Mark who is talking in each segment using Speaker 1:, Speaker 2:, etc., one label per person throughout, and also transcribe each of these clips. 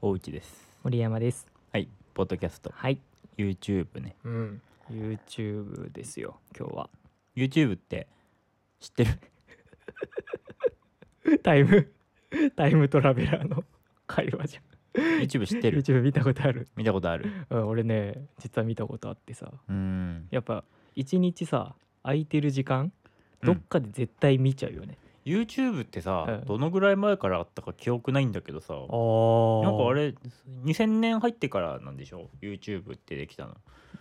Speaker 1: 大内です
Speaker 2: 森山です
Speaker 1: はいポッドキャスト
Speaker 2: はい
Speaker 1: YouTube ね
Speaker 2: うん YouTube ですよ今日は
Speaker 1: YouTube って知って る
Speaker 2: タイム タイムトラベラーの 会話じゃん
Speaker 1: YouTube 知ってる
Speaker 2: YouTube 見たことある、
Speaker 1: 見たことある
Speaker 2: うん、俺ね実は見たことあってさ
Speaker 1: うん
Speaker 2: やっぱ一日さ空いてる時間
Speaker 1: う
Speaker 2: ど
Speaker 1: ん
Speaker 2: っかで絶対見ちゃうよね、
Speaker 1: YouTube ってさ、
Speaker 2: うん
Speaker 1: どのぐらい前からあったか記憶ないんだけどさな
Speaker 2: あ
Speaker 1: んかあれ2000年入ってからなんでしょ YouTube ってできたの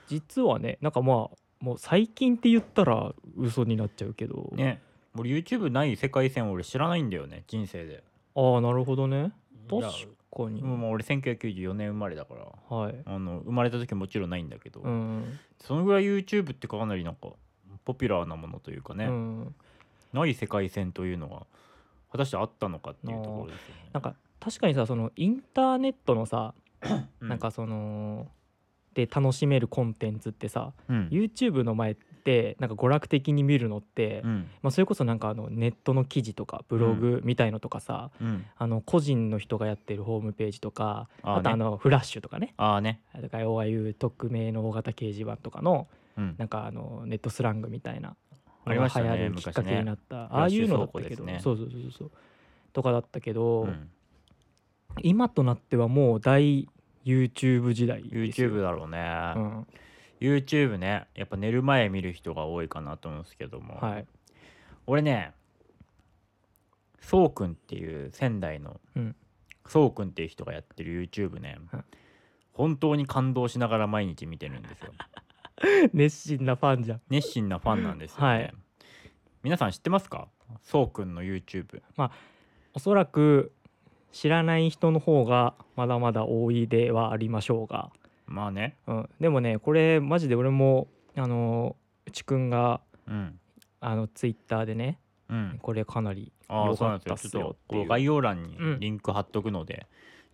Speaker 2: 実はねなんかまあもう最近って言ったら嘘になっちゃうけど、
Speaker 1: ね俺 YouTube ない世界線俺知らないんだよね人生で
Speaker 2: ああなるほどね確
Speaker 1: だ
Speaker 2: かに、
Speaker 1: もう俺1994年生まれだから
Speaker 2: はい
Speaker 1: あの生まれた時もちろんないんだけど、
Speaker 2: うん、
Speaker 1: そのぐらい YouTube ってかなりなんかポピュラーなものというかね、
Speaker 2: うん、
Speaker 1: ない世界線というのが果たしてあったのかっていうところですよね。
Speaker 2: なんか確かにさそのインターネットのさ、
Speaker 1: う
Speaker 2: なん、かそので楽しめるコンテンツってさ、
Speaker 1: うん、
Speaker 2: YouTube の前ってなんか娯楽的に見るのって、
Speaker 1: うん、
Speaker 2: まあ、それこそなんかあのネットの記事とかブログみたいのとかさ、
Speaker 1: うん、
Speaker 2: あの個人の人がやってるホームページとか
Speaker 1: あ
Speaker 2: あ
Speaker 1: ーね
Speaker 2: とあのフラッシュとかね
Speaker 1: ああね、
Speaker 2: だからああいう匿名の大型掲示板とかの
Speaker 1: うん、
Speaker 2: なんかあのネットスラングみたいな
Speaker 1: ありましたね
Speaker 2: のが流行るきっかけになった、ああいうのだったけど、
Speaker 1: フラッシュ倉庫ですね
Speaker 2: そうそうそうそうとかだったけど、
Speaker 1: うん、
Speaker 2: 今となってはもう大 YouTube 時代ですよ
Speaker 1: YouTube だろうね、
Speaker 2: うん、
Speaker 1: YouTube ねやっぱ寝る前見る人が多いかなと思うんですけども、
Speaker 2: はい、
Speaker 1: 俺ねそうくんっていう仙台の
Speaker 2: うん
Speaker 1: そうくんっていう人がやってる YouTube ね、
Speaker 2: はい
Speaker 1: 本当に感動しながら毎日見てるんです よ
Speaker 2: 熱心なファンじゃん
Speaker 1: 熱心なファンなんですよね、
Speaker 2: はい
Speaker 1: 皆さん知ってますかそうくんの YouTube
Speaker 2: おそらく知らない人の方がまだまだ多いではありましょうが、
Speaker 1: まあね
Speaker 2: うん、でもねこれマジで俺もあのうちくんが
Speaker 1: うん
Speaker 2: あのツイッターでね
Speaker 1: うん
Speaker 2: これかなり
Speaker 1: ああ
Speaker 2: 良
Speaker 1: そう
Speaker 2: か
Speaker 1: なん
Speaker 2: っ
Speaker 1: です
Speaker 2: た
Speaker 1: よちょっ
Speaker 2: っすよ
Speaker 1: と
Speaker 2: ってい
Speaker 1: こ
Speaker 2: う
Speaker 1: う概要欄に
Speaker 2: うん
Speaker 1: リンク貼っとくので、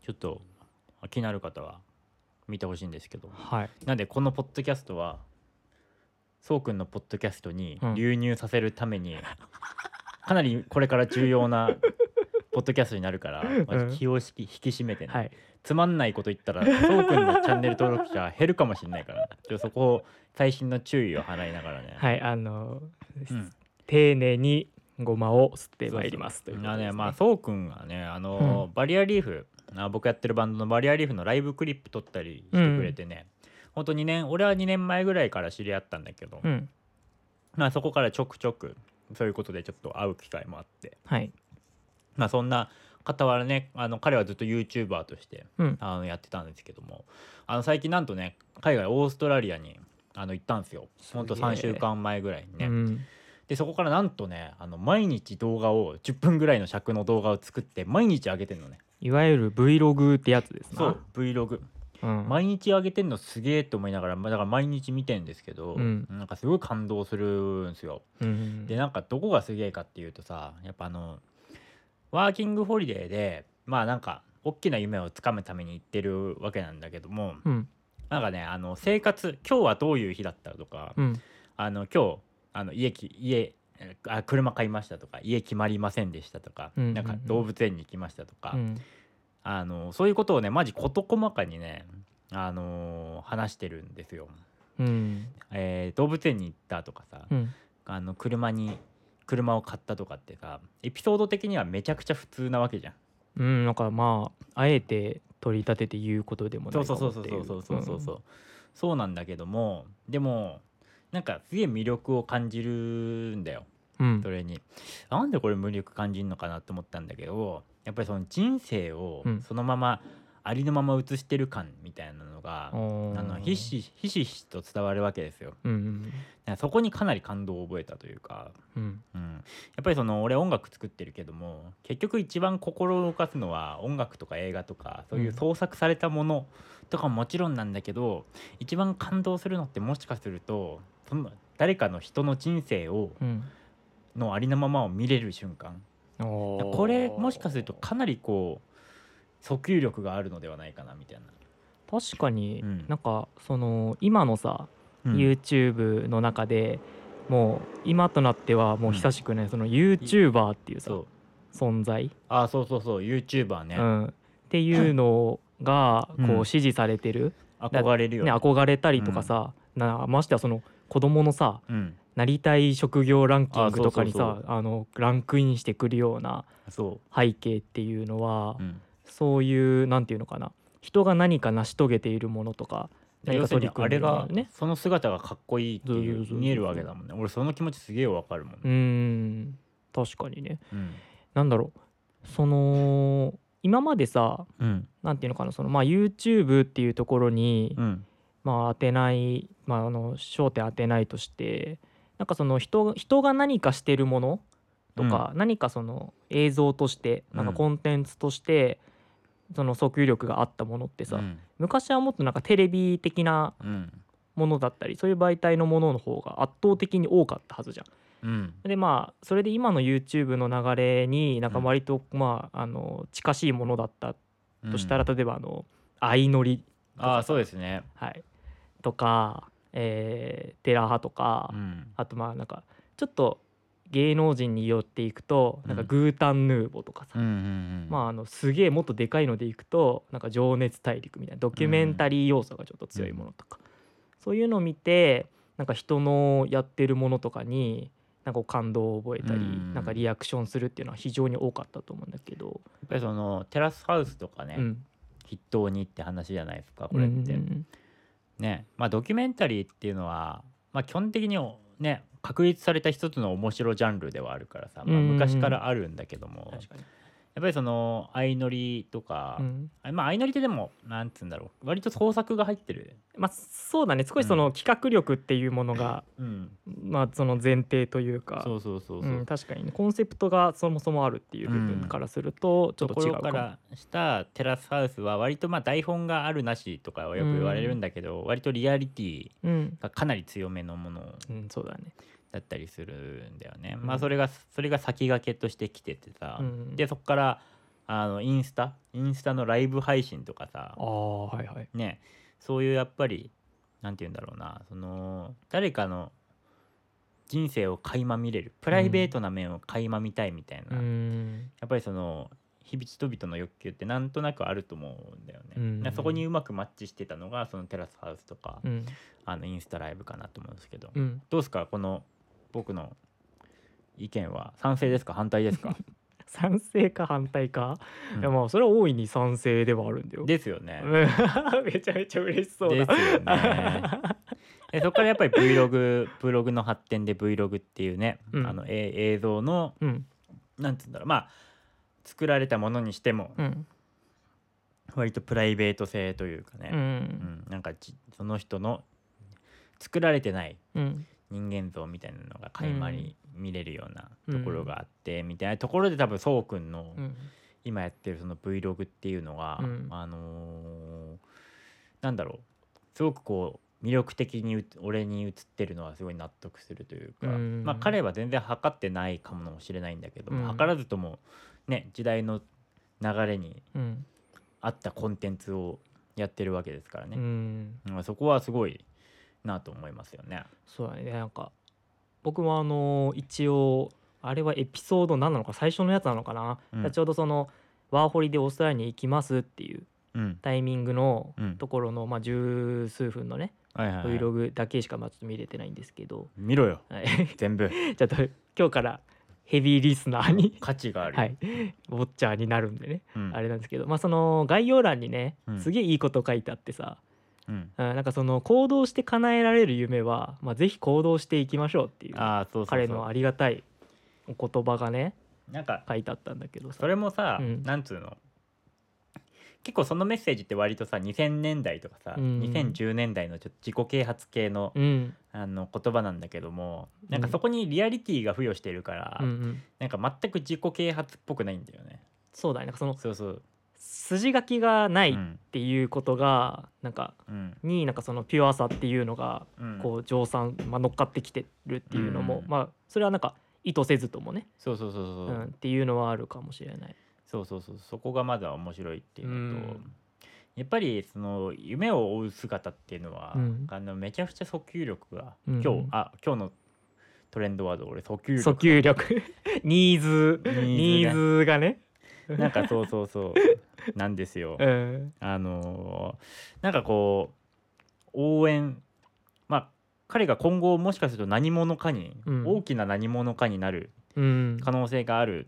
Speaker 1: ちょっと気になる方は見てほしいんですけど
Speaker 2: はい
Speaker 1: なんでこのポッドキャストはそうくんのポッドキャストに
Speaker 2: うん
Speaker 1: 流入させるために、かなりこれから重要なポッドキャストになるから、まず気を引き引き締めてね、
Speaker 2: はい
Speaker 1: つまんないこと言ったらそうくんのチャンネル登録者減るかもしれないからちょっとそこを最新の注意を払いながらね。
Speaker 2: はい、あの、
Speaker 1: うん
Speaker 2: 丁寧にごまを吸ってまいりますと
Speaker 1: そ
Speaker 2: いうう
Speaker 1: そ
Speaker 2: こ
Speaker 1: う
Speaker 2: とです、ね。
Speaker 1: あねまあそうくんがねあの、バリアリーフあ僕やってるバンドのバリアリーフのライブクリップ撮ったりしてくれてね、ほんと2年俺は2年前ぐらいから知り合ったんだけど、
Speaker 2: うん、
Speaker 1: まあそこからちょくちょくそういうことでちょっと会う機会もあって
Speaker 2: はい、
Speaker 1: まあそんな傍らねあの彼はずっと YouTuber として
Speaker 2: うん、
Speaker 1: あのやってたんですけどもあの最近なんとね海外オーストラリアにあの行ったんですよ
Speaker 2: すげ
Speaker 1: ほ
Speaker 2: え
Speaker 1: んと3週間前ぐらいにね、
Speaker 2: うん、
Speaker 1: でそこからなんとねあの毎日動画を10分ぐらいの尺の動画を作って毎日上げてんのね
Speaker 2: いわゆる Vlog ってやつですな。
Speaker 1: そう、Vlog
Speaker 2: うん、
Speaker 1: 毎日上げてんのすげえと思いながらまあだから毎日見てんですけど、
Speaker 2: うん
Speaker 1: なんかすごい感動するんですよ
Speaker 2: うん、
Speaker 1: でなんかどこがすげえかっていうとさやっぱあのワーキングホリデーでまあなんか大きな夢をつかむために行ってるわけなんだけども
Speaker 2: うん、
Speaker 1: なんかねあの生活今日はどういう日だったとか、
Speaker 2: うん、
Speaker 1: あの今日あの家き家えーあ車買いましたとか家決まりませんでしたとか、
Speaker 2: うんうんうん
Speaker 1: なんか動物園に行きましたとか、
Speaker 2: うん、
Speaker 1: あのそういうことをねマジ事細かにね、あのー話してるんですよ、
Speaker 2: うん、
Speaker 1: えー動物園に行ったとかさ、
Speaker 2: うん、
Speaker 1: あの車に車を買ったとかってさエピソード的にはめちゃくちゃ普通なわけじゃん。
Speaker 2: うん、なんかまあ、あえて取り立てて言うことでもな
Speaker 1: そう
Speaker 2: い
Speaker 1: そ
Speaker 2: か
Speaker 1: うそ
Speaker 2: も
Speaker 1: う
Speaker 2: っ
Speaker 1: そう
Speaker 2: て
Speaker 1: そ
Speaker 2: いうう。
Speaker 1: そうそうそうそう、そうなんだけどもでもなんかすげえ魅力を感じるんだよ。
Speaker 2: うん、
Speaker 1: それになんでこれ無力感じるのかなと思ったんだけどやっぱりその人生を
Speaker 2: うん
Speaker 1: そのまま、ありのまま映してる感みたいなのが、
Speaker 2: うん、
Speaker 1: あのひしひしひしと伝わるわけですよ。
Speaker 2: うん、うん、
Speaker 1: だからそこにかなり感動を覚えたというか、
Speaker 2: うん、
Speaker 1: うん、やっぱりその俺音楽作ってるけども結局一番心を動かすのは音楽とか映画とかそういう創作されたものとかももちろんなんだけど、一番感動するのってもしかするとその誰かの人の人生を
Speaker 2: うん、
Speaker 1: のありのままを見れる瞬間
Speaker 2: おー
Speaker 1: これもしかするとかなりこう訴求力があるのではないかなみたい
Speaker 2: 確かに、
Speaker 1: うん
Speaker 2: なんかその今のさ
Speaker 1: な、
Speaker 2: YouTube の中でもう今となってはもう久しくね、その YouTuber っていうさ
Speaker 1: そう
Speaker 2: 存在、
Speaker 1: あそうそうそう YouTuber ね、
Speaker 2: うん、っていうのが
Speaker 1: う
Speaker 2: こ
Speaker 1: ん
Speaker 2: う支持されてる、
Speaker 1: 憧れるよ
Speaker 2: ね、憧れたりとかさ、なましてはその子供のさ
Speaker 1: うん
Speaker 2: なりたい職業ランキン
Speaker 1: あ
Speaker 2: グ
Speaker 1: そうそう
Speaker 2: とかにさ
Speaker 1: そ
Speaker 2: あのランクインしてくるような
Speaker 1: そ
Speaker 2: 背景っていうのは、
Speaker 1: う、うん、
Speaker 2: そういうなんていうのかな人が何か成し遂げているものとか何
Speaker 1: 要
Speaker 2: か
Speaker 1: するにあ
Speaker 2: 取り組んで
Speaker 1: れ
Speaker 2: るも
Speaker 1: が
Speaker 2: のね。
Speaker 1: その姿がかっこいいって
Speaker 2: そうそうそう
Speaker 1: い
Speaker 2: そうう
Speaker 1: 見えるわけだもんね俺その気持ちすげえわかるもん、
Speaker 2: うーん確かにね
Speaker 1: うん
Speaker 2: なんだろうその今までさ
Speaker 1: うん
Speaker 2: なんていうのかなその、まあ、YouTube っていうところに、
Speaker 1: うん
Speaker 2: まあ、当てない、まあ、あの焦点当てないとしてなんかその人人が何かしてるものとか、何かその映像としてなんか
Speaker 1: うん
Speaker 2: コンテンツとして、その訴求力があったものってさ、
Speaker 1: うん
Speaker 2: 昔はもっとなんかテレビ的な
Speaker 1: うん
Speaker 2: ものだったりそういう媒体のものの方が圧倒的に多かったはずじゃん。
Speaker 1: うん
Speaker 2: でまあそれで今の YouTube の流れになんか割と、まああの近しいものだったとしたら、
Speaker 1: うん
Speaker 2: 例えばあの相乗り、
Speaker 1: ああそうですね
Speaker 2: はい、とか、えー、テラ派とか、
Speaker 1: うん
Speaker 2: あとまあなんかちょっと芸能人に寄っていくとなんか
Speaker 1: うん
Speaker 2: グータンヌーボとかさ、
Speaker 1: うんうんうん
Speaker 2: まああのすげえもっとでかいのでいくとなんか情熱大陸みたいなドキュメンタリー要素がちょっと強いものとか、そういうのを見てなんか人のやってるものとかになんかこう感動を覚えたり、
Speaker 1: うん
Speaker 2: なんかリアクションするっていうのは非常に多かったと思うんだけど、
Speaker 1: やっぱりそのテラスハウスとかね、
Speaker 2: うん、
Speaker 1: 筆頭にって話じゃないですかこれって、
Speaker 2: うん
Speaker 1: ねまあドキュメンタリーっていうのは、まあ、基本的にね確立された一つの面白ジャンルではあるからさ、まあ、
Speaker 2: うんうんうん
Speaker 1: 昔からあるんだけども、やっ
Speaker 2: 確かに、
Speaker 1: ぱりその相乗りとか、
Speaker 2: うん
Speaker 1: あまあ相乗りってでもなんつうんだろう割と創作が入ってる、
Speaker 2: まあそうだね少しその企画力っていうものが、
Speaker 1: うん、
Speaker 2: まあその前提というか
Speaker 1: そうそうそうそう、
Speaker 2: うん、確かにねコンセプトがそもそもあるっていう部分からするとちょ
Speaker 1: とこ
Speaker 2: っと違う
Speaker 1: ろ
Speaker 2: かも
Speaker 1: からしたテラスハウスは割とまあ台本があるなしとかはよく言われるんだけど、割とリアリティ
Speaker 2: うん、
Speaker 1: がかなり強めのもの
Speaker 2: うん、そうだね
Speaker 1: だったりするんだよね、ま
Speaker 2: う
Speaker 1: あ
Speaker 2: ん
Speaker 1: それがそれが先駆けとしてきててさ、
Speaker 2: うん
Speaker 1: でそこからあのインスタインスタのライブ配信とかさ
Speaker 2: ああはいはい
Speaker 1: ねそういうやっぱりなんて言うんだろうなその誰かの人生を垣間見れるプライベートな面を垣間見たいみたいな、や
Speaker 2: うん
Speaker 1: っぱりその日々人々の欲求ってなんとなくあると思うんだよね、
Speaker 2: うん
Speaker 1: だからそこにうまくマッチしてたのがそのテラスハウスとか、
Speaker 2: うん
Speaker 1: あのインスタライブかなと思うんですけど、
Speaker 2: うん
Speaker 1: どうですかこの僕の意見は賛成ですか反対です か
Speaker 2: 賛成か反対か、
Speaker 1: うん
Speaker 2: いやまあそれは大いに賛成ではあるんだよ
Speaker 1: ですよね
Speaker 2: うん めちゃめちゃ嬉しそう
Speaker 1: で
Speaker 2: だ
Speaker 1: すよね でそこからやっぱり Vlog ブログの発展で Vlog っていうね、
Speaker 2: うん
Speaker 1: あのえ映像の
Speaker 2: うん
Speaker 1: なんて言うんだろうまあ作られたものにしても
Speaker 2: うん
Speaker 1: 割とプライベート性というか
Speaker 2: う
Speaker 1: ね、
Speaker 2: ん
Speaker 1: うんなんかじその人の作られてない
Speaker 2: うん
Speaker 1: 人間像みたいなのが垣間に見れるようなところがあって、みたいなところで多分そうくんの
Speaker 2: うん
Speaker 1: 今やってるその Vlog っていうのが、
Speaker 2: うん
Speaker 1: あのーなんだろうすごくこう魅力的にう俺に映ってるのはすごい納得するというか、
Speaker 2: うん
Speaker 1: まあ彼は全然測ってないかもしれないんだけど、
Speaker 2: うん
Speaker 1: 測らずともね時代の流れに
Speaker 2: うん
Speaker 1: 合ったコンテンツをやってるわけですから
Speaker 2: う
Speaker 1: ね、
Speaker 2: ん
Speaker 1: うんそこはすごいなと思いますよね。
Speaker 2: そうだねなんか僕もあの一応あれはエピソード何なのか最初のやつなのかな、
Speaker 1: うん
Speaker 2: ちょうどそのワーホリでオーストラリアに行きますっていう
Speaker 1: うん
Speaker 2: タイミングの
Speaker 1: うん
Speaker 2: ところの、まあ十数分のね
Speaker 1: はいはいはい
Speaker 2: Vlog だけしかまあちょっと見れてないんですけど、
Speaker 1: 見ろよ
Speaker 2: はい、
Speaker 1: 全部
Speaker 2: ちょっと今日からヘビーリスナーに、
Speaker 1: 価値があるよ、
Speaker 2: はい、ウォッチャーになるんでね、
Speaker 1: うん
Speaker 2: あれなんですけど、まあ、その概要欄にね
Speaker 1: うん
Speaker 2: すげえいいこと書いてあってさ、
Speaker 1: うん
Speaker 2: うんなんかその行動して叶えられる夢は、まあ、ぜひ行動していきましょうっていう
Speaker 1: ああそうそうそう
Speaker 2: 彼のありがたいお言葉がね
Speaker 1: なんか
Speaker 2: 書いてあったんだけどさ
Speaker 1: それもさ、
Speaker 2: うん
Speaker 1: なんつうの結構そのメッセージって割とさ2000年代とかさ、
Speaker 2: うん
Speaker 1: 2010年代のちょっと自己啓発系の,、
Speaker 2: うん
Speaker 1: あの言葉なんだけどもなんか
Speaker 2: うん
Speaker 1: そこにリアリティが付与してるから、
Speaker 2: うんうん、
Speaker 1: なんか全く自己啓発っぽくないんだよね。
Speaker 2: そうだねなんかその
Speaker 1: そうそう、
Speaker 2: 筋書きがないっ
Speaker 1: うん
Speaker 2: ていうことが、なんか
Speaker 1: うん
Speaker 2: になんかそのピュアさっていうのが
Speaker 1: うん
Speaker 2: こう乗算、まあ、乗っかってきてるっていうのも、
Speaker 1: うん
Speaker 2: まあそれはなんか意図せずともね、
Speaker 1: そうそうそうそうう、
Speaker 2: ん、っていうのはあるかもしれない。
Speaker 1: そうそうそうそこがまだ面白いっていうのと、
Speaker 2: うん
Speaker 1: やっぱりその夢を追う姿っていうのは、
Speaker 2: うん
Speaker 1: あのめちゃくちゃ訴求力が、
Speaker 2: うん
Speaker 1: 今日あ今日のトレンドワード俺訴求力
Speaker 2: 訴求力 ニーズ
Speaker 1: ニーズね
Speaker 2: ニーズがね
Speaker 1: なんかそうそうそう なんですよ
Speaker 2: うん
Speaker 1: あのーなんかこう応援まあ彼が今後もしかすると何者かに、
Speaker 2: うん
Speaker 1: 大きな何者かになる
Speaker 2: うん
Speaker 1: 可能性がある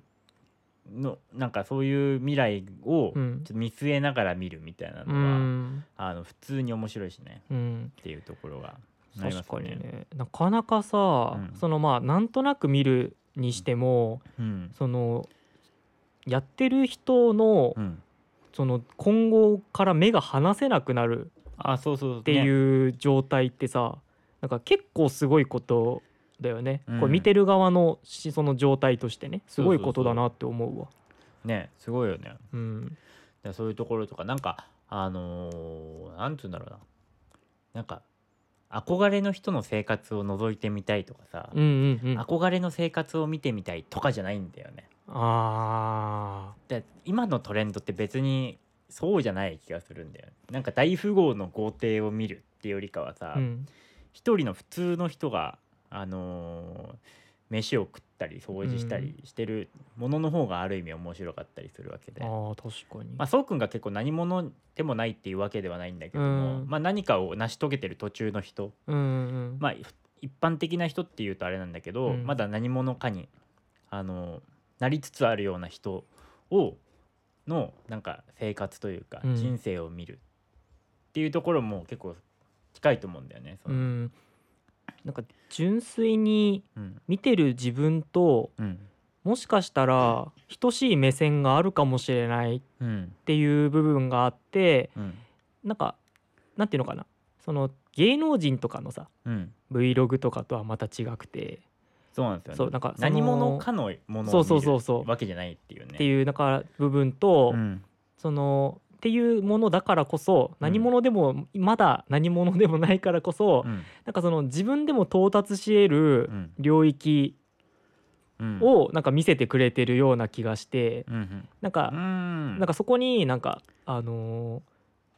Speaker 1: のなんかそういう未来をち
Speaker 2: う
Speaker 1: ょ
Speaker 2: ん
Speaker 1: っと見据えながら見るみたいなの
Speaker 2: う
Speaker 1: は、
Speaker 2: ん
Speaker 1: あの普通に面白いしね
Speaker 2: うん
Speaker 1: っていうところがありま
Speaker 2: 確
Speaker 1: すよ
Speaker 2: かに
Speaker 1: ね。
Speaker 2: ねなかなかさ、
Speaker 1: うん
Speaker 2: そのまあなんとなく見るにしても
Speaker 1: うん
Speaker 2: そのやってる人の、
Speaker 1: うん、
Speaker 2: その今後から目が離せなくなる
Speaker 1: あそうそうっ
Speaker 2: っていう状態ってさ、なんか結構すごいことだよね、
Speaker 1: うん
Speaker 2: これ見てる側のしその状態としてねすごいことだなって思うわ
Speaker 1: ねすごいよね。
Speaker 2: うん
Speaker 1: でそういうところとかなんかあのーなんて言うんだろうななんか憧れの人の生活を覗いてみたいとかさ、
Speaker 2: うんうんうんあ
Speaker 1: 憧れの生活を見てみたいとかじゃないんだよね。
Speaker 2: あ
Speaker 1: で今のトレンドって別にそうじゃない気がするんだよね。なんか大富豪の豪邸を見るっていうよりかはさ
Speaker 2: ーうん
Speaker 1: 一、人の普通の人があのー飯を食ったり掃除したりしてるものの方がある意味面白かったりするわけで、
Speaker 2: あー確かに
Speaker 1: まあ、そうくんが結構何者でもないっていうわけではないんだけども、
Speaker 2: うん
Speaker 1: まあ、何かを成し遂げてる途中の人、
Speaker 2: うんうん
Speaker 1: まあ、い一般的な人っていうとあれなんだけど、
Speaker 2: うん
Speaker 1: まだ何者かにあのなりつつあるような人をのなんか生活というか
Speaker 2: うん
Speaker 1: 人生を見るっていうところも結構近いと思うんだよね。その
Speaker 2: うんなんか純粋に
Speaker 1: うん
Speaker 2: 見てる自分と
Speaker 1: うん
Speaker 2: もしかしたら等しい目線があるかもしれないっ
Speaker 1: うん
Speaker 2: ていう部分があって
Speaker 1: うん
Speaker 2: なんかなんていうのかなその芸能人とかのさ
Speaker 1: うん、
Speaker 2: Vlog とかとはまた違くて
Speaker 1: そうなんですよね。
Speaker 2: そうなんかその
Speaker 1: 何者かのもの
Speaker 2: そ
Speaker 1: を
Speaker 2: うそう
Speaker 1: 見
Speaker 2: そうそう
Speaker 1: るわけじゃないっていうね。
Speaker 2: っていうなんか部分と、
Speaker 1: うん
Speaker 2: そのっていうものだからこそ何者でも、まだ何者でもないからこそ、
Speaker 1: うん
Speaker 2: なんかその自分でも到達し得る
Speaker 1: うん
Speaker 2: 領域
Speaker 1: うん
Speaker 2: をなんか見せてくれてるような気がして
Speaker 1: うんうん
Speaker 2: なんか、
Speaker 1: うん
Speaker 2: なんかそこになんかあのー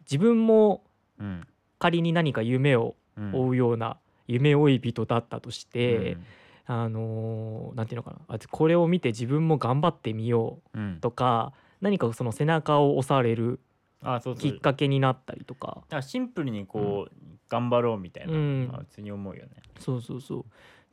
Speaker 2: 自分も
Speaker 1: うん
Speaker 2: 仮に何か夢を
Speaker 1: うん
Speaker 2: 追うような夢追い人だったとして、
Speaker 1: うん
Speaker 2: あのーなんていうのかなあこれを見て自分も頑張ってみよ
Speaker 1: うん
Speaker 2: うとか何かその背中を押される
Speaker 1: あそうそう
Speaker 2: きっかけになったりとか
Speaker 1: だからシンプルにこう、頑張ろうみたいな、
Speaker 2: うん
Speaker 1: まあ、普通に思うよね。
Speaker 2: そうそうそうっ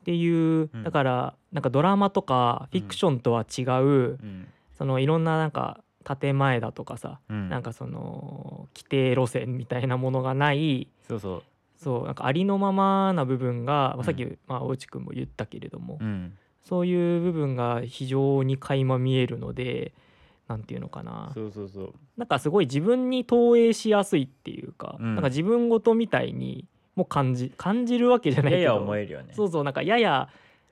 Speaker 2: ていう
Speaker 1: うん
Speaker 2: だからなんかドラマとかフィクションとは違う、
Speaker 1: うん
Speaker 2: そのいろんななんか建前だとかさ、
Speaker 1: うん、
Speaker 2: なんかその規定路線みたいなものがない
Speaker 1: そうそ
Speaker 2: そうなんかありのままな部分が、まあさっき、
Speaker 1: う
Speaker 2: まあ、大内くんも言ったけれども、
Speaker 1: う、うん、
Speaker 2: そういう部分が非常に垣間見えるのでなんていうのかな
Speaker 1: そうそうそう
Speaker 2: なんかすごい自分に投影しやすいっていうか、
Speaker 1: うん
Speaker 2: なんか自分ごとみたいにも感じ感じるわけじゃない
Speaker 1: や
Speaker 2: けど
Speaker 1: や思えるよね。
Speaker 2: そうそうなんかやや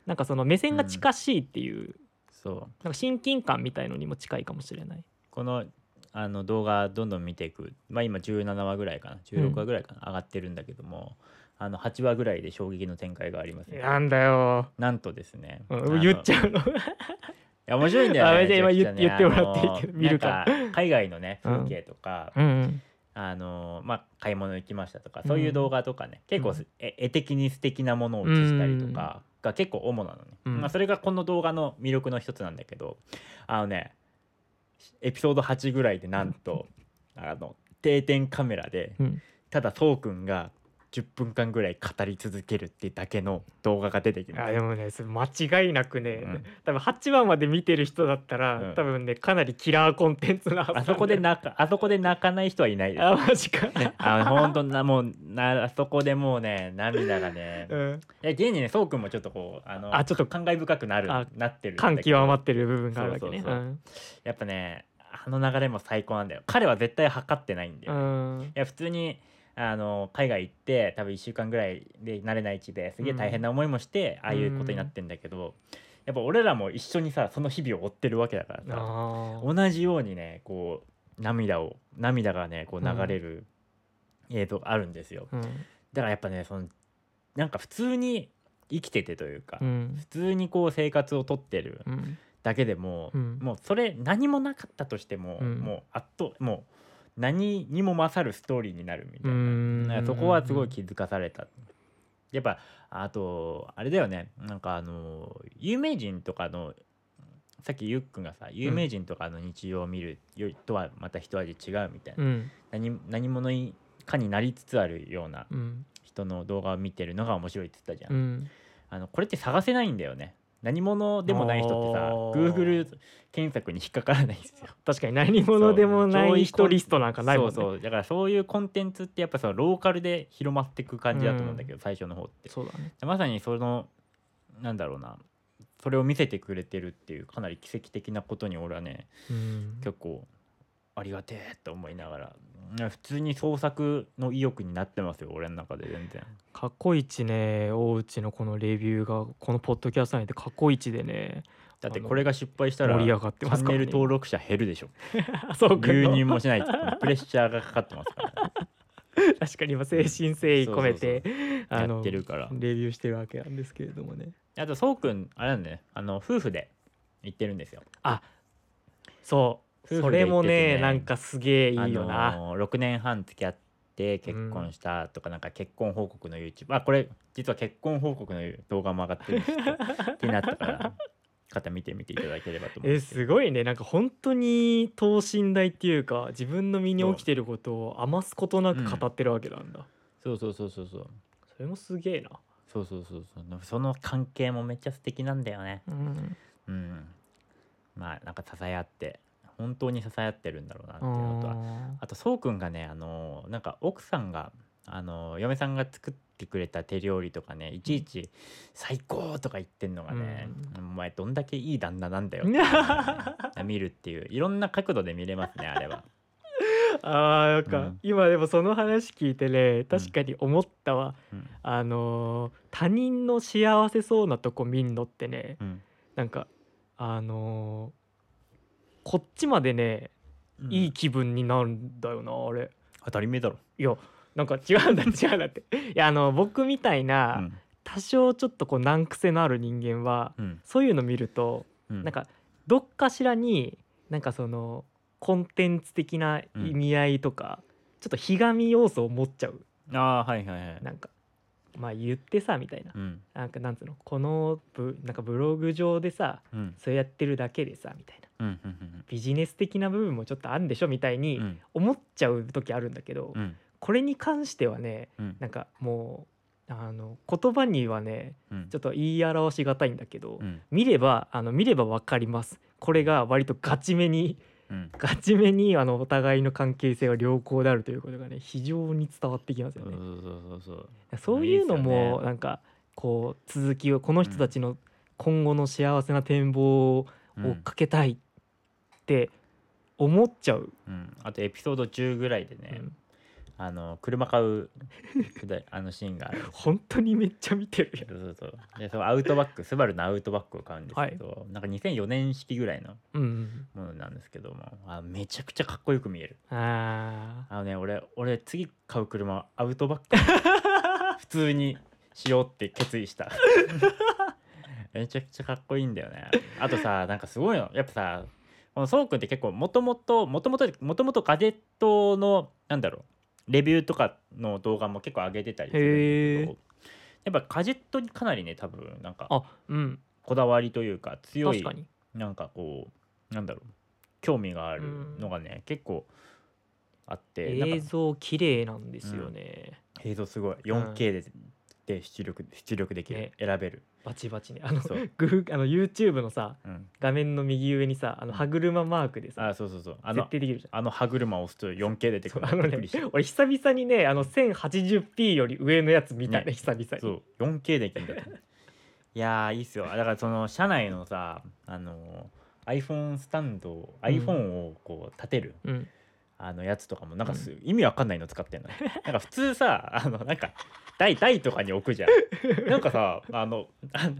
Speaker 2: なんかその目線が近しいっていう、
Speaker 1: そう
Speaker 2: なんか親近感みたいのにも近いかもしれない。
Speaker 1: このあの動画どんどん見ていく、まあ、今17話ぐらいかな16話ぐらいかな、上がってるんだけどもあの8話ぐらいで衝撃の展開がありますね、
Speaker 2: なんだよ、
Speaker 1: なんとですね、
Speaker 2: う
Speaker 1: あの
Speaker 2: ん、言っちゃうの。
Speaker 1: いや面白いんだよね
Speaker 2: あじゃあ今
Speaker 1: めちゃくちゃね
Speaker 2: 言ってもらっ
Speaker 1: あ
Speaker 2: ていいけど
Speaker 1: の
Speaker 2: 見るから
Speaker 1: なん海外のね
Speaker 2: うん
Speaker 1: 風景とか、
Speaker 2: うん
Speaker 1: あのまあ、買い物行きましたとか
Speaker 2: うん
Speaker 1: そういう動画とかね、結構す、
Speaker 2: う
Speaker 1: え絵的に素敵なものを写したりとかが結構主なのね、
Speaker 2: うん
Speaker 1: まあ、それがこの動画の魅力の一つなんだけどあのねエピソード8ぐらいでなん とあの定点カメラで
Speaker 2: うん
Speaker 1: ただそうくんが10分間ぐらい語り続けるっていうだけの動画が出てきま
Speaker 2: あ
Speaker 1: す
Speaker 2: でもねそれ間違いなくね、
Speaker 1: うん
Speaker 2: 多分8話まで見てる人だったら、
Speaker 1: うん
Speaker 2: 多分ねかなりキラーコンテンツなはずな
Speaker 1: あ
Speaker 2: んだ
Speaker 1: そ
Speaker 2: よ
Speaker 1: こで泣かあそこで泣かない人はいないです
Speaker 2: あマジか、
Speaker 1: ね、あの本当なもうなあそこでもうね涙がね
Speaker 2: うん、
Speaker 1: いや現にねそうくんもちょっとこうあの
Speaker 2: あちょっと
Speaker 1: 感慨深くなる
Speaker 2: あ
Speaker 1: なってるんだけ
Speaker 2: 感
Speaker 1: ど
Speaker 2: 極まってる部分があるわけね
Speaker 1: そうそうそうやっぱねあの流れも最高なんだよ彼は絶対測ってないんだ
Speaker 2: う
Speaker 1: よ、い
Speaker 2: んうん
Speaker 1: や普通にあの海外行って多分1週間ぐらいで慣れない地ですげえ大変な思いもして、ああいうことになってんだけど、やっぱ俺らも一緒にさその日々を追ってるわけだからさ
Speaker 2: あー
Speaker 1: 同じようにねこう涙を涙がねこう流れる映像があるんですよ、
Speaker 2: うん
Speaker 1: だからやっぱねそのなんか普通に生きててというか、
Speaker 2: うん
Speaker 1: 普通にこう生活をとってる
Speaker 2: うん
Speaker 1: だけでも、
Speaker 2: うん
Speaker 1: もうそれ何もなかったとしても、
Speaker 2: うん
Speaker 1: もうあっともう何にも勝るストーリーになるみたいな、
Speaker 2: うん
Speaker 1: なんかそこはすごい気づかされた。やっぱあとあれだよねなんかあの有名人とかのさっきゆっくんがさ有名人とかの日常を見るよりとはまた一味違うみたいな、
Speaker 2: うん
Speaker 1: 何何者にかになりつつあるような
Speaker 2: うん
Speaker 1: 人の動画を見てるのが面白いって言ったじゃん、
Speaker 2: うん
Speaker 1: あのこれって探せないんだよね何者でもない人ってさ
Speaker 2: あー
Speaker 1: Google 検索に引っかからないんですよ
Speaker 2: 確かに何者でもな
Speaker 1: そう上
Speaker 2: い人
Speaker 1: 位コン
Speaker 2: リスト なんかないもんね
Speaker 1: そうそうだからそういうコンテンツってやっぱそのローカルで広まっていく感じだと思うんだけど、最初の方って
Speaker 2: そうだね
Speaker 1: まさにそのなんだろうなそれを見せてくれてるっていうかなり奇跡的なことに俺はね
Speaker 2: うん
Speaker 1: 結構ありがてえと思いながらうん普通に創作の意欲になってますよ俺の中で全然
Speaker 2: 過去一ね大内のこのレビューがこのポッドキャスト内で過去一でね
Speaker 1: だってこれが失敗したら
Speaker 2: 盛り上
Speaker 1: チ
Speaker 2: がってま
Speaker 1: ャ
Speaker 2: す
Speaker 1: ン
Speaker 2: か
Speaker 1: ネ
Speaker 2: ら、
Speaker 1: ル
Speaker 2: ね、
Speaker 1: 登録者減るでしょ
Speaker 2: あそうか
Speaker 1: 留
Speaker 2: な
Speaker 1: 任もしないと プレッシャーがかかってますから、ね、
Speaker 2: 確かに今精神誠意込めてあ
Speaker 1: やっ
Speaker 2: の
Speaker 1: てるから
Speaker 2: レビューしてるわけなんですけれどもね
Speaker 1: あとそうくんあれなんだねあの夫婦で行ってるんですよ
Speaker 2: そう
Speaker 1: 夫婦で行っててね
Speaker 2: それもねなんかすげえいいよな、
Speaker 1: あのー6年半付き合って結婚したとか、なんか結婚報告の YouTube あこれ実は結婚報告の動画も上がってるんですけど気になったから方見てみていただければと思うん
Speaker 2: え
Speaker 1: ですけ
Speaker 2: す
Speaker 1: ど
Speaker 2: ごいねなんか本当に等身大っていうか自分の身に起きてることを余すことなく語ってるわけなんだ、
Speaker 1: そうそうそうそうそう
Speaker 2: それもすげえな、
Speaker 1: そうそうそうそうその関係もめっちゃ素敵なんだよね
Speaker 2: うん、
Speaker 1: うんまあなんか支え合って本当に支え合ってるんだろうなっていうのとはあとそうくんがねあのなんか奥さんがあの嫁さんが作ってくれた手料理とかねいちいち「最高!」とか言ってんのがね、お前どんだけいい旦那なんだよっていうのがね見るっていういろんな角度で見れますねあれは。
Speaker 2: あーなんか、
Speaker 1: うん
Speaker 2: 今でもその話聞いてね確かに思ったわ、
Speaker 1: うん
Speaker 2: あのー他人の幸せそうなとこ見んのってね
Speaker 1: うん
Speaker 2: なんかあのーこっちまでね、
Speaker 1: うん
Speaker 2: いい気分になるんだよなあれ
Speaker 1: 当たり前だろ。
Speaker 2: いやなんか違 うんだ違うんだっていやあの僕みたいな、
Speaker 1: うん
Speaker 2: 多少ちょっとこう難癖のある人間は
Speaker 1: うん
Speaker 2: そういうの見ると、
Speaker 1: うん、
Speaker 2: なんかどっかしらになんかそのコンテンツ的な意味合いとか、ちょっとひがみ要素を持っちゃう
Speaker 1: ああーはいはいはい。
Speaker 2: なんかまあ言ってさみたいな、
Speaker 1: うん
Speaker 2: なんかなんつうのこのブなんかブログ上でさ
Speaker 1: うん
Speaker 2: そうやってるだけでさみたいな
Speaker 1: うんうんうん
Speaker 2: ビジネス的な部分もちょっとあるんでしょみたい
Speaker 1: うんう
Speaker 2: に
Speaker 1: ん
Speaker 2: 思っちゃう時あるんだけど、
Speaker 1: うん
Speaker 2: これに関してはね
Speaker 1: うん
Speaker 2: なんかもうあの言葉にはね
Speaker 1: うん
Speaker 2: ちょっと言い表しがたいんだけど、
Speaker 1: うん
Speaker 2: 見ればあの見れば分かりますこれが割とガチめに
Speaker 1: うん
Speaker 2: ガチめにあのお互いの関係性が良好であるということがね非常に伝わってきます
Speaker 1: そう
Speaker 2: よね。
Speaker 1: そうそうそう
Speaker 2: そういうの
Speaker 1: いいですよ
Speaker 2: も
Speaker 1: ね
Speaker 2: なんかこう続きをこの人たちの今後の幸せな展望を
Speaker 1: そう。
Speaker 2: 追っかけたいって思っちゃう。
Speaker 1: うんうんあとエピソード10ぐらいでね、
Speaker 2: うん
Speaker 1: あの車買うくだあのシーンがあるんです
Speaker 2: 本当にめっちゃ見てるやん
Speaker 1: そうそうそうでそのアウトバックスバルのアウトバックを買うんですけど、なんか2004年式ぐらいの
Speaker 2: うん
Speaker 1: ものなんですけどもあめちゃくちゃかっこよく見える
Speaker 2: あ
Speaker 1: あのね俺俺次買う車アウトバック 普通にしようって決意しためちゃくちゃかっこいいんだよねあとさなんかすごいのやっぱさこのそうくんって結構もともともともともともとガジェットのなんだろうレビューとかの動画も結構上げてたりするんだけどやっぱガジェットにかなりね多分なんか
Speaker 2: ーあうん
Speaker 1: こだわりというか強
Speaker 2: 確
Speaker 1: い
Speaker 2: かに
Speaker 1: なんかこうなんだろう興味があるのがね、結構あってなんか
Speaker 2: 映像綺麗なんですよね。
Speaker 1: 映像すごい 4K で,、で出力出力できる、
Speaker 2: ね
Speaker 1: 選べ る
Speaker 2: バチバチねあの
Speaker 1: そう
Speaker 2: グーあの YouTube のさ
Speaker 1: うん
Speaker 2: 画面の右上にさあの歯車マークでさ
Speaker 1: あそうそうそうあの
Speaker 2: 設定できるじゃん
Speaker 1: あの歯車を押すと 4K 出てく
Speaker 2: そう
Speaker 1: る
Speaker 2: あの
Speaker 1: びっく
Speaker 2: ね
Speaker 1: りした
Speaker 2: 俺久々にねあの 1080p より上のやつ見たね
Speaker 1: ね
Speaker 2: 久々に
Speaker 1: そう 4K できるんだと思ういやーいいっすよだからその車内のさあのー iPhone スタンドを
Speaker 2: ん
Speaker 1: iPhone をこう立てる、
Speaker 2: うん
Speaker 1: あのやつとかもなんかす、意味わかんないの使って んのなんか普通さあのなんか台台とかに置くじゃんなんかさあのあの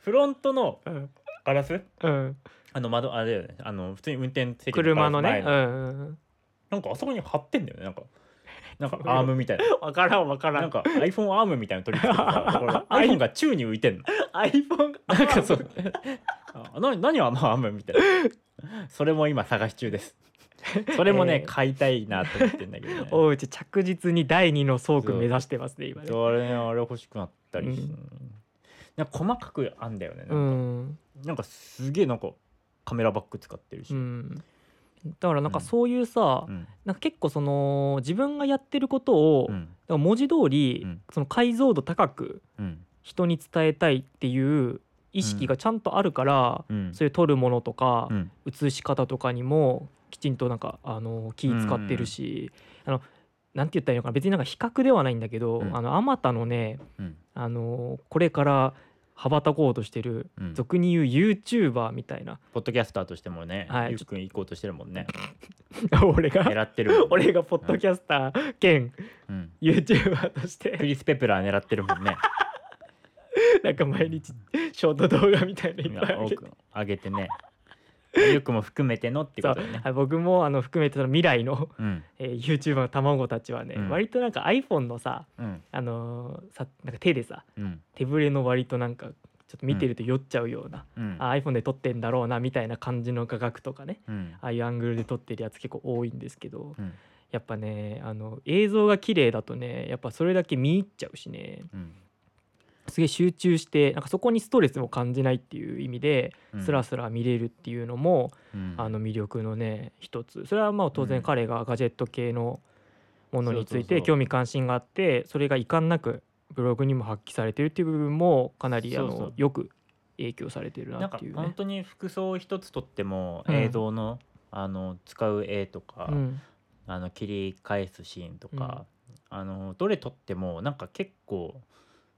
Speaker 1: フロントの
Speaker 2: うん
Speaker 1: ガラス
Speaker 2: うん
Speaker 1: あの窓あれだよねあの普通に運転席
Speaker 2: 車の
Speaker 1: ガラ
Speaker 2: ね
Speaker 1: ス前
Speaker 2: うんうんうん
Speaker 1: なんかあそこに貼ってんだよねなんかなんかアームみたいな
Speaker 2: 分からん分からん
Speaker 1: なんか iPhone アームみたいなの取り付けて さこれ iPhone が宙に浮いてんの
Speaker 2: iPhone
Speaker 1: なんかそうあな何あのアームみたいなそれも今探し中ですそれもね、
Speaker 2: えー
Speaker 1: 買いたいなと思ってんだけどね
Speaker 2: おうち着実に第二の倉庫目指してますね今ね
Speaker 1: そうあれねあれ欲しくなったりし、
Speaker 2: う
Speaker 1: なんか細かくあんだよねなん
Speaker 2: う
Speaker 1: か,、
Speaker 2: ん
Speaker 1: なんかすげえなんかカメラバッグ使ってるし、
Speaker 2: うん、だからなんか
Speaker 1: うん
Speaker 2: そういうさ、
Speaker 1: うん
Speaker 2: なんか結構その自分がやってることを、
Speaker 1: う
Speaker 2: だか
Speaker 1: ん
Speaker 2: ら文字通り、
Speaker 1: うん
Speaker 2: その解像度高く
Speaker 1: うん
Speaker 2: 人に伝えたいっていう意識がちゃんとあるから、
Speaker 1: うん
Speaker 2: そういう撮るものとか
Speaker 1: う、ん
Speaker 2: 映し方とかにもきちんとなんかあの気使ってるし、あのなんて言ったらいいのかな別になんか比較ではないんだけど、
Speaker 1: うん
Speaker 2: あのあまたのね
Speaker 1: うん
Speaker 2: あのこれから羽ばたこうとしてる
Speaker 1: うん
Speaker 2: 俗に言う YouTuber みたいな
Speaker 1: ポッドキャスターとしてもね、
Speaker 2: はい
Speaker 1: ゆうきくん行こうとしてるもんね
Speaker 2: 俺が
Speaker 1: 狙ってるもんね
Speaker 2: 俺がポッドキャスター兼
Speaker 1: うん、
Speaker 2: YouTuber とし
Speaker 1: ク
Speaker 2: て
Speaker 1: リス・ペプラー狙ってるもん ね
Speaker 2: なんか毎日ショート動画みたいないっ
Speaker 1: 今
Speaker 2: ぱい上
Speaker 1: 多
Speaker 2: げて
Speaker 1: く上げてねゆうくんも含めてのってことだよね
Speaker 2: はい僕もあの含めてその未来の、
Speaker 1: うん
Speaker 2: えー、YouTuber の卵たちはね、
Speaker 1: うん
Speaker 2: 割となんか iPhone のさ
Speaker 1: うん
Speaker 2: あのーさなんか手でさ
Speaker 1: うん
Speaker 2: 手ぶれの割となんかちょっと見てると酔っちゃうような、
Speaker 1: うん
Speaker 2: あ iPhone で撮ってんだろうなみたいな感じの画角とかね
Speaker 1: うん
Speaker 2: ああいうアングルで撮ってるやつ結構多いんですけど
Speaker 1: うん
Speaker 2: やっぱねあの映像が綺麗だとねやっぱそれだけ見入っちゃうしね
Speaker 1: うん
Speaker 2: すげえ集中してなんかそこにストレスも感じないっていう意味で
Speaker 1: うん
Speaker 2: スラスラ見れるっていうのも、
Speaker 1: うん
Speaker 2: あの魅力のね一つそれはまあ当然彼がガジェット系のものについ
Speaker 1: そうそう
Speaker 2: て
Speaker 1: そう
Speaker 2: 興味関心があってそれが遺憾なくブログにも発揮されてるっていう部分もかなりあ
Speaker 1: そうそう
Speaker 2: のよく影響されてるな
Speaker 1: なん
Speaker 2: っ
Speaker 1: か
Speaker 2: ていう
Speaker 1: 本
Speaker 2: ね。
Speaker 1: 当に服装一つとっても
Speaker 2: うん
Speaker 1: 映像の,、あの使う絵とか、
Speaker 2: うん
Speaker 1: あの切り返すシーンとか、あのどれ撮ってもなんか結構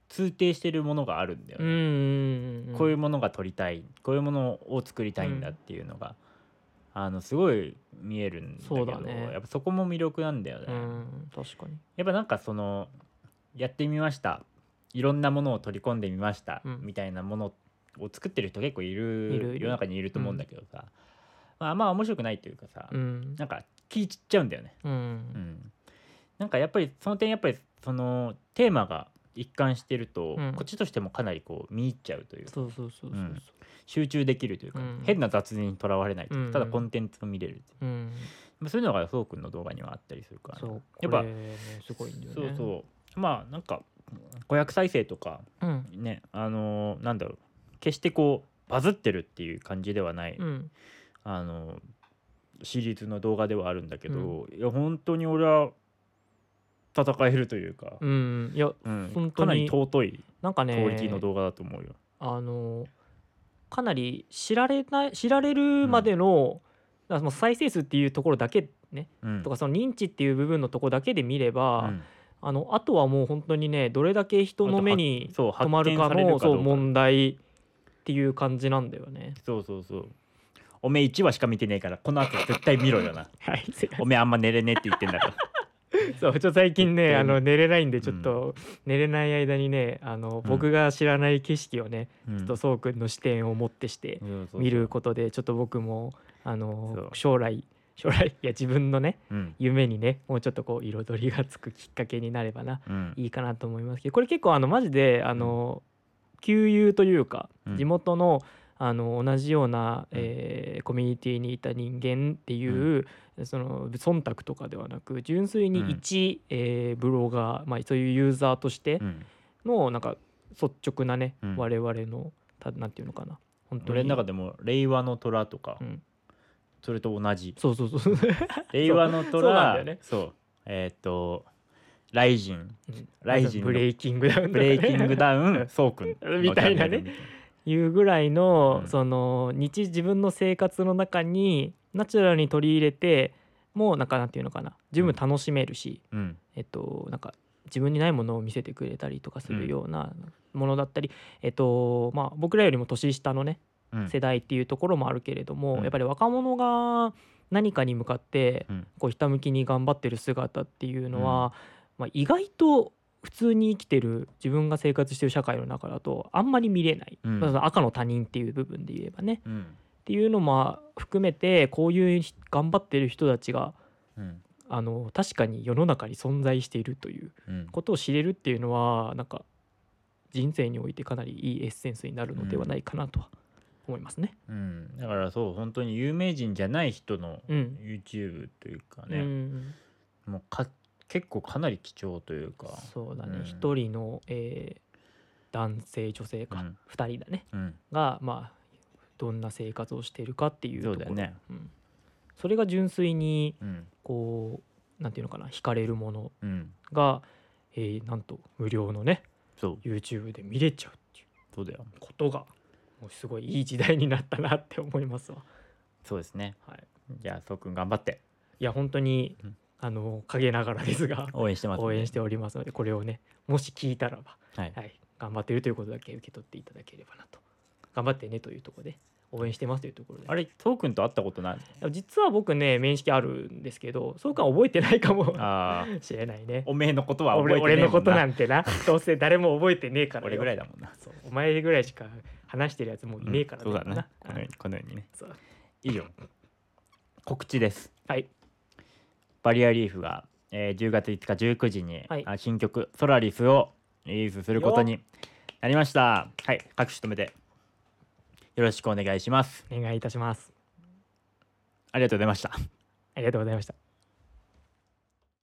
Speaker 1: 通底してるものがあるんだよ
Speaker 2: うんう
Speaker 1: ね、
Speaker 2: んうん
Speaker 1: こういうものが撮りたいこういうものを作りたいんだっていうのが、あのすごい見えるんだけ
Speaker 2: そう
Speaker 1: ど
Speaker 2: だね
Speaker 1: やっぱそこも魅力なんだよね、
Speaker 2: うん確かに
Speaker 1: やっぱなんかそのやってみましたいろんなものを取り込んでみました、
Speaker 2: うん
Speaker 1: みたいなものを作ってる人結構い
Speaker 2: いるい
Speaker 1: る
Speaker 2: る
Speaker 1: 世の中にいると思うんだけどさ、まあ、あんまあ面白くないというかさ、
Speaker 2: うん
Speaker 1: なんか気散っちゃうんだよね、
Speaker 2: う
Speaker 1: うんん、なんかやっぱりその点やっぱりそのテーマが一貫してると、
Speaker 2: うん
Speaker 1: こっちとしてもかなりこう見入っちゃうというか
Speaker 2: そうそうそうそうそう
Speaker 1: 集中できるというか、
Speaker 2: うん
Speaker 1: 変な雑にとらわれないというか
Speaker 2: うん
Speaker 1: ただコンテンツを見れるっていう
Speaker 2: うん
Speaker 1: まあそういうのがそうくんの動画にはあったりするからね、
Speaker 2: そう
Speaker 1: や
Speaker 2: や
Speaker 1: っ
Speaker 2: っ
Speaker 1: ぱ
Speaker 2: ぱすごいんだよね
Speaker 1: そうそうまあなんか500再生とか
Speaker 2: うん
Speaker 1: ねあのーなんだろう決してこうバズってるっていう感じではない、
Speaker 2: うん
Speaker 1: あのーシリーズの動画ではあるんだけど、いや本当に俺は戦えるというか、
Speaker 2: うんいや
Speaker 1: うん
Speaker 2: 本当に
Speaker 1: かなり尊い
Speaker 2: なんか
Speaker 1: ク
Speaker 2: ね
Speaker 1: オリティの動画だと思うよ。
Speaker 2: あのかなり知られない知られるまでの,、だからその再生数っていうところだけね、
Speaker 1: うん
Speaker 2: とかその認知っていう部分のところだけで見れば、
Speaker 1: うん
Speaker 2: あのあとはもう本当にねどれだけ人の目に
Speaker 1: そう
Speaker 2: 止まるか
Speaker 1: 発見され
Speaker 2: の
Speaker 1: かど
Speaker 2: そう
Speaker 1: うか
Speaker 2: 問題っていう感じなんだよね。
Speaker 1: そうそうそうおめえ1話しか見てねえからこの後絶対見ろよ な
Speaker 2: はい、すいま
Speaker 1: おめえあんま寝れねえって言ってんだから
Speaker 2: せんそうちょっと最近
Speaker 1: 絶
Speaker 2: ね
Speaker 1: 対
Speaker 2: あ
Speaker 1: に
Speaker 2: の寝れないんでちょっと、寝れない間にねあの僕が知らない景色をね、
Speaker 1: うん
Speaker 2: ちょっとそうくんの視点を持ってして
Speaker 1: そうそうそう
Speaker 2: 見ることでちょっと僕もあの
Speaker 1: そう
Speaker 2: 将来 将来いや自分のね
Speaker 1: うん
Speaker 2: 夢にねもうちょっとこう彩りがつくきっかけになればな
Speaker 1: うん
Speaker 2: いいかなと思いますけどこれ結構あのマジであの旧友というか
Speaker 1: うん
Speaker 2: 地元のあの同じような、
Speaker 1: うん
Speaker 2: えーコミュニティにいた人間っていう、その忖度とかではなく純粋
Speaker 1: うん
Speaker 2: に一、えーブロガー、まあ、そういうユーザーとして
Speaker 1: うん
Speaker 2: のなんか率直なね、
Speaker 1: うん
Speaker 2: 我々のたなんていうのかな本当に
Speaker 1: 俺の中でも令和の虎とか、
Speaker 2: うん
Speaker 1: それと同じ
Speaker 2: そうそうそう
Speaker 1: 令和の
Speaker 2: そうなん
Speaker 1: 虎
Speaker 2: だ
Speaker 1: そう
Speaker 2: よね
Speaker 1: えっ、とライジ ン
Speaker 2: うん
Speaker 1: ライジンの
Speaker 2: ブレイキングダウンとか
Speaker 1: ブ
Speaker 2: ね
Speaker 1: レイキングダウンそうくん
Speaker 2: みたいなね いうぐらいの、
Speaker 1: うん
Speaker 2: その日自分の生活の中にナチュラルに取り入れてもうなんかなんていうのかな十分楽しめるし、
Speaker 1: うん
Speaker 2: えっとなんか自分にないものを見せてくれたりとかするようなものだったり、えっとまあ僕らよりも年下のね
Speaker 1: うん
Speaker 2: 世代っていうところもあるけれども、
Speaker 1: うん
Speaker 2: やっぱり若者が何かに向かって
Speaker 1: うん
Speaker 2: こうひたむきに頑張ってる姿っていうのは、まあ、意外と普通に生きてる自分が生活してる社会の中だとあんまり見れない、
Speaker 1: うん
Speaker 2: まあその赤の他人っていう部分で言えばね
Speaker 1: うん
Speaker 2: っていうのも含めてこういうひ頑張ってる人たちが
Speaker 1: うん
Speaker 2: あの確かに世の中に存在しているという
Speaker 1: うん
Speaker 2: ことを知れるっていうのはなんか人生においてかなりいいエッセンスになるのではないかなとは思いますね。
Speaker 1: うんだからそう本当に有名人じゃない人の
Speaker 2: うん、
Speaker 1: YouTube というか
Speaker 2: う
Speaker 1: ね、
Speaker 2: ん
Speaker 1: もうか結構かなり貴重というか
Speaker 2: そうだ
Speaker 1: う
Speaker 2: ね
Speaker 1: ん
Speaker 2: 一、人の、えー男性女性
Speaker 1: う
Speaker 2: か
Speaker 1: ん
Speaker 2: 二人だね
Speaker 1: うん
Speaker 2: がまあどんな生活をしているかっていうと
Speaker 1: そ
Speaker 2: こ
Speaker 1: う
Speaker 2: ろ
Speaker 1: だよね
Speaker 2: うんそれが純粋に
Speaker 1: うん
Speaker 2: こうなんていうのかな惹かれるもの
Speaker 1: うん
Speaker 2: が、えーなんと無料のね
Speaker 1: そう
Speaker 2: YouTube で見れちゃうっていう
Speaker 1: そうだよ
Speaker 2: ことがもうすごいいい時代になったなって思いますわ。
Speaker 1: そうですね
Speaker 2: はい、
Speaker 1: じゃあそうくん頑張って
Speaker 2: いや本当に
Speaker 1: うん
Speaker 2: あの陰ながらですが
Speaker 1: 応援して ますんで
Speaker 2: 応援しておりますのでこれをねもし聞いたらば、
Speaker 1: はい
Speaker 2: はい、頑張ってるということだけ受け取っていただければなと頑張ってねというところで応援してますというところで
Speaker 1: あれそうくんと会ったことない
Speaker 2: 実は僕ね面識あるんですけどそうか覚えてないかも
Speaker 1: あ ー
Speaker 2: しれないね
Speaker 1: おめえのことは覚
Speaker 2: 俺
Speaker 1: えてねえも
Speaker 2: 俺
Speaker 1: んな
Speaker 2: のことなんてなどうせ誰も覚えてねえか ら
Speaker 1: 俺ぐら
Speaker 2: い
Speaker 1: いだもんなそう
Speaker 2: お前ぐらいしか話してるやつもういねえから
Speaker 1: うんそうだねこの
Speaker 2: は
Speaker 1: よう
Speaker 2: い
Speaker 1: にこのようにね
Speaker 2: そう
Speaker 1: 以上告知です
Speaker 2: はい
Speaker 1: バリアリーフが、えー10月5日19時に、
Speaker 2: はい
Speaker 1: あ新曲「ソラリス」をリリースすることになりましたはい拍手止めてよろしくお願いします
Speaker 2: お願いいたします
Speaker 1: ありがとうございました
Speaker 2: ありがとうございました